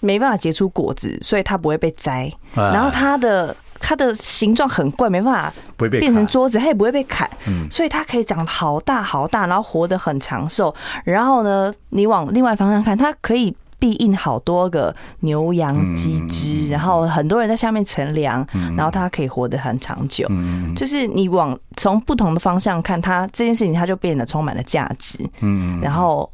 Speaker 2: 没办法结出果子，所以它不会被摘。
Speaker 1: 哎
Speaker 2: 然后它的它的形状很怪，没办法
Speaker 1: 不会被
Speaker 2: 变成
Speaker 1: 砍嗯
Speaker 2: 桌子，它也不会被砍，所以它可以长得好大好大，然后活得很长寿。然后呢，你往另外方向看，它可以。庇应好多个牛羊鸡
Speaker 1: 嗯
Speaker 2: 只，然后很多人在下面乘凉，然后它可以活得很长久。
Speaker 1: 嗯
Speaker 2: 就是你往从不同的方向看它这件事情，它就变得充满了价值。嗯，然后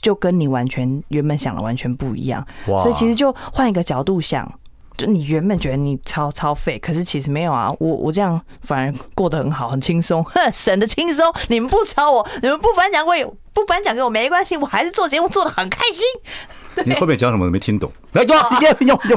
Speaker 2: 就跟你完全原本想的完全不一样。
Speaker 1: 哇
Speaker 2: 所以其实就换一个角度想，就你原本觉得你超超废，可是其实没有啊。我我这样反而过得很好，很轻松，哼，省得轻松。你们不抄我，你们不颁奖给我，不颁奖给我没关系，我还是做节目做的很开心。
Speaker 1: 你后面讲什么我没 听懂，来，要
Speaker 2: 哦
Speaker 1: 要要要，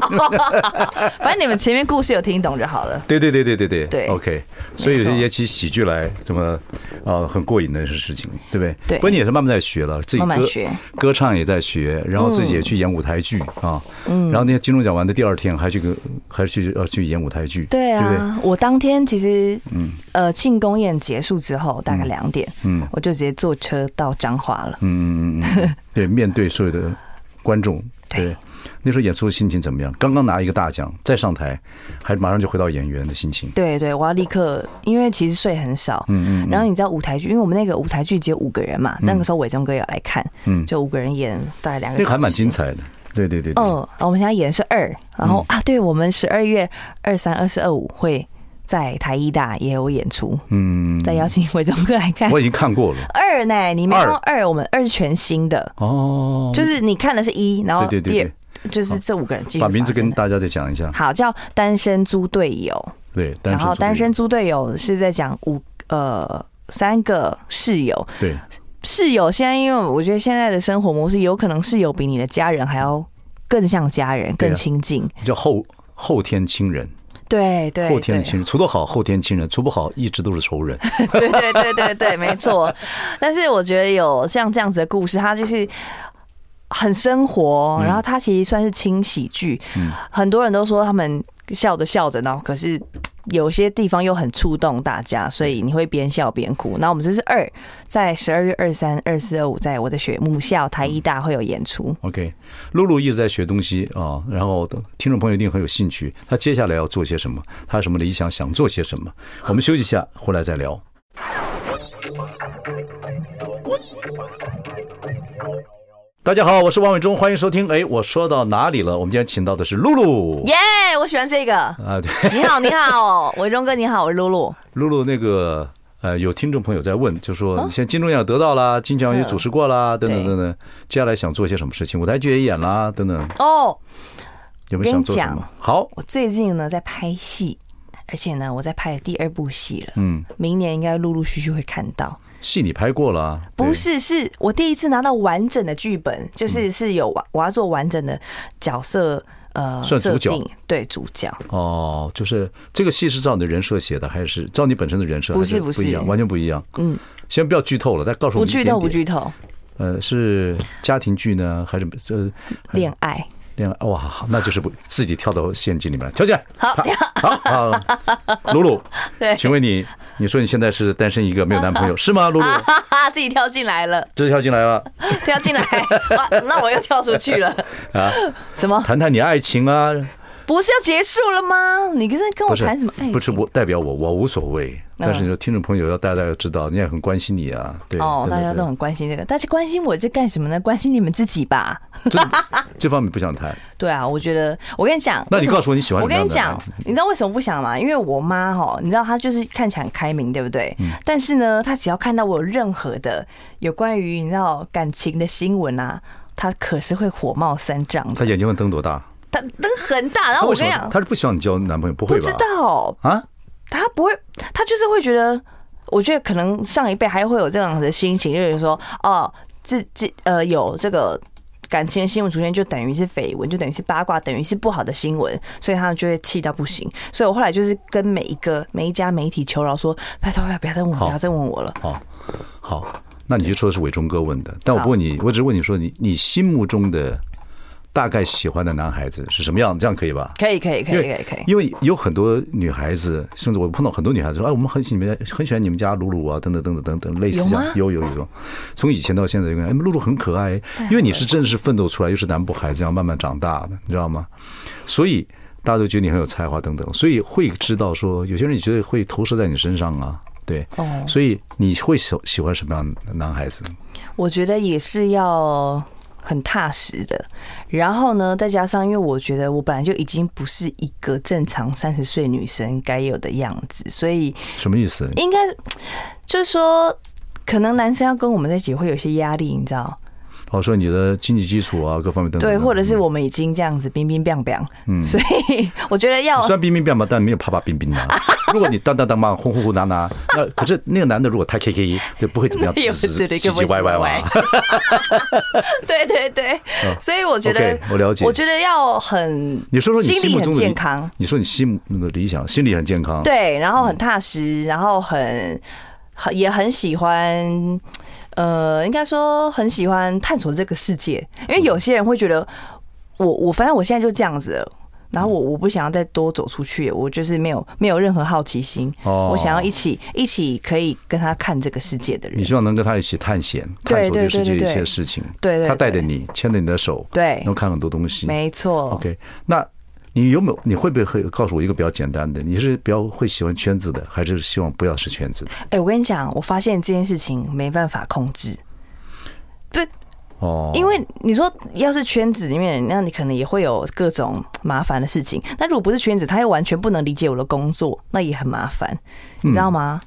Speaker 2: 反正你们前面故事有听懂就好了。
Speaker 1: 对对对对对对
Speaker 2: 对
Speaker 1: ，OK，所以有
Speaker 2: 没
Speaker 1: 些
Speaker 2: 错
Speaker 1: 也起喜剧来，怎么啊，很过瘾的事情，对不对？
Speaker 2: 对
Speaker 1: 不过你也是慢慢在学了，自己
Speaker 2: 慢慢
Speaker 1: 歌
Speaker 2: 学
Speaker 1: 歌唱也在学，然后自己也去演舞台剧啊，嗯，然后那天金钟奖完的第二天还去跟还去要去演舞台剧，
Speaker 2: 对
Speaker 1: 对不对？
Speaker 2: 啊，我当天其实，呃，庆功宴结束之后大概两点，
Speaker 1: 嗯
Speaker 2: 我就直接坐车到彰化了。
Speaker 1: 嗯嗯嗯嗯，对，面对所有的观众，
Speaker 2: 对
Speaker 1: 对，那时候演出的心情怎么样？刚刚拿一个大奖，再上台，还马上就回到演员的心情。
Speaker 2: 对对，我要立刻，因为其实睡很少。嗯嗯。然后你知道舞台剧，因为我们那个舞台剧只有五个人嘛，那个时候伟忠哥也来看，
Speaker 1: 嗯
Speaker 2: 就五个人演大概两个，
Speaker 1: 那个还蛮精。彩的。嗯对对对对，
Speaker 2: 嗯，我们现在演是二，然后、啊，对我们十二月二三、二四、二五会在台艺大也有演出，
Speaker 1: 嗯，
Speaker 2: 再邀请伟忠哥来看
Speaker 1: 我。已经看过了。
Speaker 2: 二呢？你没
Speaker 1: 二
Speaker 2: 看过二，我们二是全新的，
Speaker 1: 哦，
Speaker 2: 就是你看的是一，然后
Speaker 1: 对对对
Speaker 2: 第二就是这五个人继续
Speaker 1: 把名字
Speaker 2: 发生
Speaker 1: 跟
Speaker 2: 的
Speaker 1: 大家再讲一下。
Speaker 2: 好叫单身猪队友，
Speaker 1: 对，单
Speaker 2: 然
Speaker 1: 身
Speaker 2: 后
Speaker 1: 主义
Speaker 2: 单身猪队友是在讲五呃三个室友，
Speaker 1: 对
Speaker 2: 室友现在因为我觉得现在的生活模式，有可能室友比你的家人还要更像家人，
Speaker 1: 对啊
Speaker 2: 更亲近。
Speaker 1: 叫后后天亲人，
Speaker 2: 对对，
Speaker 1: 后天的
Speaker 2: 对
Speaker 1: 亲人，处得好，后天亲人；处不好，一直都是仇人。
Speaker 2: 对对对对对，没错。但是我觉得有像这样子的故事，它就是。很生活，然后它其实算是轻喜剧。很多人都说他们笑着笑着，然后可是有些地方又很触动大家，所以你会边笑边哭。那我们这是二，在十二月二三、二四、二五，在我的学母校台艺大会有演出。
Speaker 1: OK，露露一直在学东西啊，然后听众朋友一定很有兴趣，她接下来要做些什么，她有什么理想，想做些什么。我们休息一下，回来再聊。大家好，我是王伟忠，欢迎收听。哎，我说到哪里了？我们今天请到的是露露
Speaker 2: 耶、我喜欢这个。
Speaker 1: 啊，对，
Speaker 2: 你好，你好，伟忠哥，你好，我是露露。
Speaker 1: 露露那个呃，有听众朋友在问，就
Speaker 2: 哦
Speaker 1: 说现在金钟奖得到啦，金奖也
Speaker 2: 嗯
Speaker 1: 主持过啦，等等等等，接下来想做些什么事情？舞台剧也演啦，等等，
Speaker 2: 哦、
Speaker 1: 有没有想做什
Speaker 2: 跟你
Speaker 1: 么
Speaker 2: 讲？
Speaker 1: 好，
Speaker 2: 我最近呢在拍戏，而且呢我在拍了第二部戏了，
Speaker 1: 嗯，
Speaker 2: 明年应该陆陆续续会看到。
Speaker 1: 戏你拍过了，啊对
Speaker 2: 不是，是我第一次拿到完整的剧本，
Speaker 1: 嗯
Speaker 2: 就是是有完我要做完整的角色，呃，
Speaker 1: 算主
Speaker 2: 设
Speaker 1: 角
Speaker 2: 定对主角，
Speaker 1: 哦，就是这个戏是照你的人设写的，还是照你本身的人设？
Speaker 2: 不是
Speaker 1: 还
Speaker 2: 不是
Speaker 1: 一样，完全不一样。
Speaker 2: 嗯，
Speaker 1: 先不要剧透了，再告诉我
Speaker 2: 不
Speaker 1: 们
Speaker 2: 剧
Speaker 1: 一点
Speaker 2: 透不
Speaker 1: 点。
Speaker 2: 剧透，
Speaker 1: 呃，是家庭剧呢，还是呃还
Speaker 2: 恋爱
Speaker 1: 恋爱？哇，好那就是不自己跳到陷阱里面来，跳起来。
Speaker 2: 好，
Speaker 1: 好啊， 露露，
Speaker 2: 对，
Speaker 1: 请问你，你说你现在是单身一个，没有男朋友 是吗？露露，
Speaker 2: 啊哈哈， 自己跳进来了，
Speaker 1: 这就跳进来了
Speaker 2: 跳进来，哇那我又跳出去了，
Speaker 1: 啊！
Speaker 2: 什么？
Speaker 1: 谈谈你爱情啊，
Speaker 2: 不是要结束了吗？你跟在跟我
Speaker 1: 不是
Speaker 2: 谈什么爱情？嗯
Speaker 1: 不是我代表我，我无所谓。但是你说听众朋友要大家要知道，人家也很关心你啊。对，
Speaker 2: 哦，
Speaker 1: 对
Speaker 2: 大家
Speaker 1: 对
Speaker 2: 都很关心这个，但是关心我这干什么呢？关心你们自己吧。
Speaker 1: 这这方面不想谈。
Speaker 2: 对啊，我觉得，我跟你讲，
Speaker 1: 那你
Speaker 2: 为什么
Speaker 1: 告诉我你喜欢
Speaker 2: 我
Speaker 1: 什么样的男
Speaker 2: 跟你讲
Speaker 1: 人，
Speaker 2: 你知道为什么不想吗？因为我妈哈，你知道她就是看起来很开明，对不对？
Speaker 1: 嗯
Speaker 2: 但是呢，她只要看到我有任何的有关于你知道感情的新闻啊，她可是会火冒三丈的。
Speaker 1: 他眼睛会瞪多大？
Speaker 2: 她灯很大，啊然后我
Speaker 1: 为什
Speaker 2: 跟你
Speaker 1: 么
Speaker 2: 讲，
Speaker 1: 他是不希望你交男朋友，不
Speaker 2: 不
Speaker 1: 会
Speaker 2: 知
Speaker 1: 吧？
Speaker 2: 道，
Speaker 1: 啊，
Speaker 2: 她不会，她就是会觉得，我觉得可能上一辈还会有这样的心情，就是说，哦，自自呃有这个感情的新闻出现，就等于是绯闻，就等于是八卦，等于是不好的新闻，所以他们就会气到不行。所以我后来就是跟每一个每一家媒体求饶说，拜托拜托，不要再问我，
Speaker 1: 好
Speaker 2: 不要再问我了。
Speaker 1: 好，好，那你就说的是伟忠哥问的，但我不
Speaker 2: 好
Speaker 1: 问你，我只是问你说你你心目中的大概喜欢的男孩子是什么样？这样可以吧？
Speaker 2: 可以可以可
Speaker 1: 因
Speaker 2: 以
Speaker 1: 为
Speaker 2: 可以可以，
Speaker 1: 因为有很多女孩子，甚至我碰到很多女孩子说：“哎，我们很喜你们家，很喜欢你们家露露啊，等等等等等等，类似这样
Speaker 2: 有吗
Speaker 1: 有有有有，从以前到现在，就哎，露露很可爱，
Speaker 2: 啊
Speaker 1: 因为你是真的是奋斗出来，又是南部孩子，这样慢慢长大的，你知道吗？所以大家都觉得你很有才华等等，所以会知道说，有些人你觉得会投射在你身上啊，对，
Speaker 2: 哦
Speaker 1: 所以你会喜喜欢什么样的男孩子？
Speaker 2: 我觉得也是要很踏实的。然后呢，再加上因为我觉得我本来就已经不是一个正常三十岁女生该有的样子，所以
Speaker 1: 什么意思？
Speaker 2: 应该就是说，可能男生要跟我们在一起会有些压力，你知道？
Speaker 1: 哦，说你的经济基础啊，各方面等等，
Speaker 2: 对，
Speaker 1: 等等
Speaker 2: 或者是我们已经这样子冰冰冰冰，所以我觉得要
Speaker 1: 嗯你 虽然冰冰变嘛，但没有啪啪冰冰的。如果你当当当嘛，轰轰轰拿拿，那可是那个男的如果太 K K，就不会 怎么样，
Speaker 2: 那也
Speaker 1: 唧
Speaker 2: 不
Speaker 1: 唧
Speaker 2: 是那
Speaker 1: 唧
Speaker 2: 个不
Speaker 1: 唧歪
Speaker 2: 行
Speaker 1: 歪
Speaker 2: 歪
Speaker 1: 哇。
Speaker 2: 对对对，所以我觉得
Speaker 1: OK，我了解
Speaker 2: 我觉得要很
Speaker 1: 你说说你
Speaker 2: 心
Speaker 1: 心
Speaker 2: 理
Speaker 1: 目中
Speaker 2: 很
Speaker 1: 的
Speaker 2: 健
Speaker 1: 理
Speaker 2: 康，
Speaker 1: 你说你心目的理想，心理很健康。，
Speaker 2: 对，然后很踏实，然后很很也很喜欢，呃，应该说很喜欢探索这个世界，因为有些人会觉得我我反正我现在就这样子了。然后我我不想要再多走出去，我就是没有没有任何好奇心，
Speaker 1: 哦
Speaker 2: 我想要一起一起可以跟他看这个世界的人
Speaker 1: 你，希望能跟他一起探险，
Speaker 2: 对
Speaker 1: 探索这个
Speaker 2: 对对
Speaker 1: 世界的
Speaker 2: 对
Speaker 1: 一
Speaker 2: 对
Speaker 1: 些事情。
Speaker 2: 对对对
Speaker 1: 他带着你，牵着你的手，
Speaker 2: 对
Speaker 1: 能看很多东西。
Speaker 2: 没错
Speaker 1: OK，那你有没有？你会不会会告诉我一个比较简单的？你是比较会喜欢圈子的，还是希望不要是圈子的？
Speaker 2: 哎、我跟你讲，我发现这件事情没办法控制，不是
Speaker 1: 哦，
Speaker 2: 因为你说要是圈子里面，那你可能也会有各种麻烦的事情。那如果不是圈子，他又完全不能理解我的工作，那也很麻烦，你知道吗？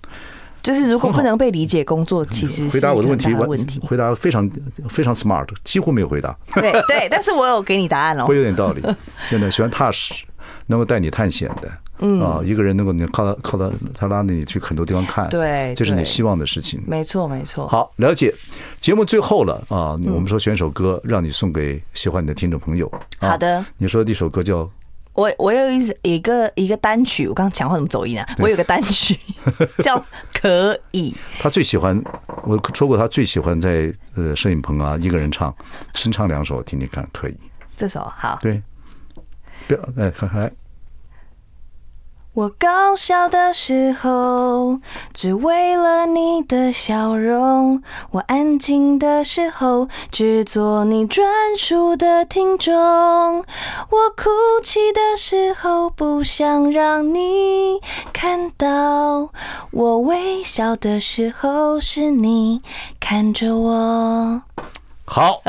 Speaker 2: 就是如果不能被理解工作，其实
Speaker 1: 回
Speaker 2: 是一个
Speaker 1: 答我的
Speaker 2: 很
Speaker 1: 问
Speaker 2: 大
Speaker 1: 题，
Speaker 2: 的
Speaker 1: 完
Speaker 2: 问题。
Speaker 1: 回答非常非常 smart，几乎没有回答。
Speaker 2: 对对，但是我有给你答 案哦
Speaker 1: 会。有点道理，真的喜欢踏实，能够带你探险的，嗯啊，一个人能够你靠他靠他他拉着你去很多地方看，
Speaker 2: 对
Speaker 1: 这是你
Speaker 2: 对
Speaker 1: 希望的事情。
Speaker 2: 没错没错，
Speaker 1: 好，了解。节目最后了啊，
Speaker 2: 嗯
Speaker 1: 我们说选首歌，让你送给喜欢你的听众朋友。啊
Speaker 2: 好的，
Speaker 1: 你说的一首歌叫《
Speaker 2: 我我有一一个一个单曲，我刚刚讲话怎么走音啊？我有个单曲 叫可以，
Speaker 1: 他最喜欢，我说过他最喜欢在呃摄影棚啊一个人唱，先唱两首听听看，可以。
Speaker 2: 这首好。
Speaker 1: 对，不要哎，看来
Speaker 2: 我高笑的时候，只为了你的笑容；我安静的时候，只做你专属的听众；我哭泣的时候，不想让你看到；我微笑的时候，是你看着我。
Speaker 1: 好，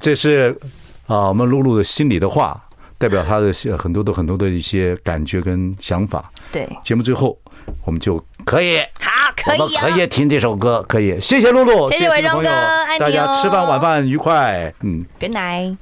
Speaker 1: 这是啊我们露露的心里的话，代表她的呃很多的很多的一些感觉跟想法。
Speaker 2: 对，
Speaker 1: 节目最后我们就可以。
Speaker 2: 好，可
Speaker 1: 我们
Speaker 2: 以、
Speaker 1: 可
Speaker 2: 啊，
Speaker 1: 以听这首歌，可以，谢谢露露，
Speaker 2: 谢谢
Speaker 1: 听众
Speaker 2: 伟忠
Speaker 1: 朋友
Speaker 2: 哥爱你
Speaker 1: 大家
Speaker 2: 哦
Speaker 1: 吃饭晚饭愉快，嗯。
Speaker 2: Good night。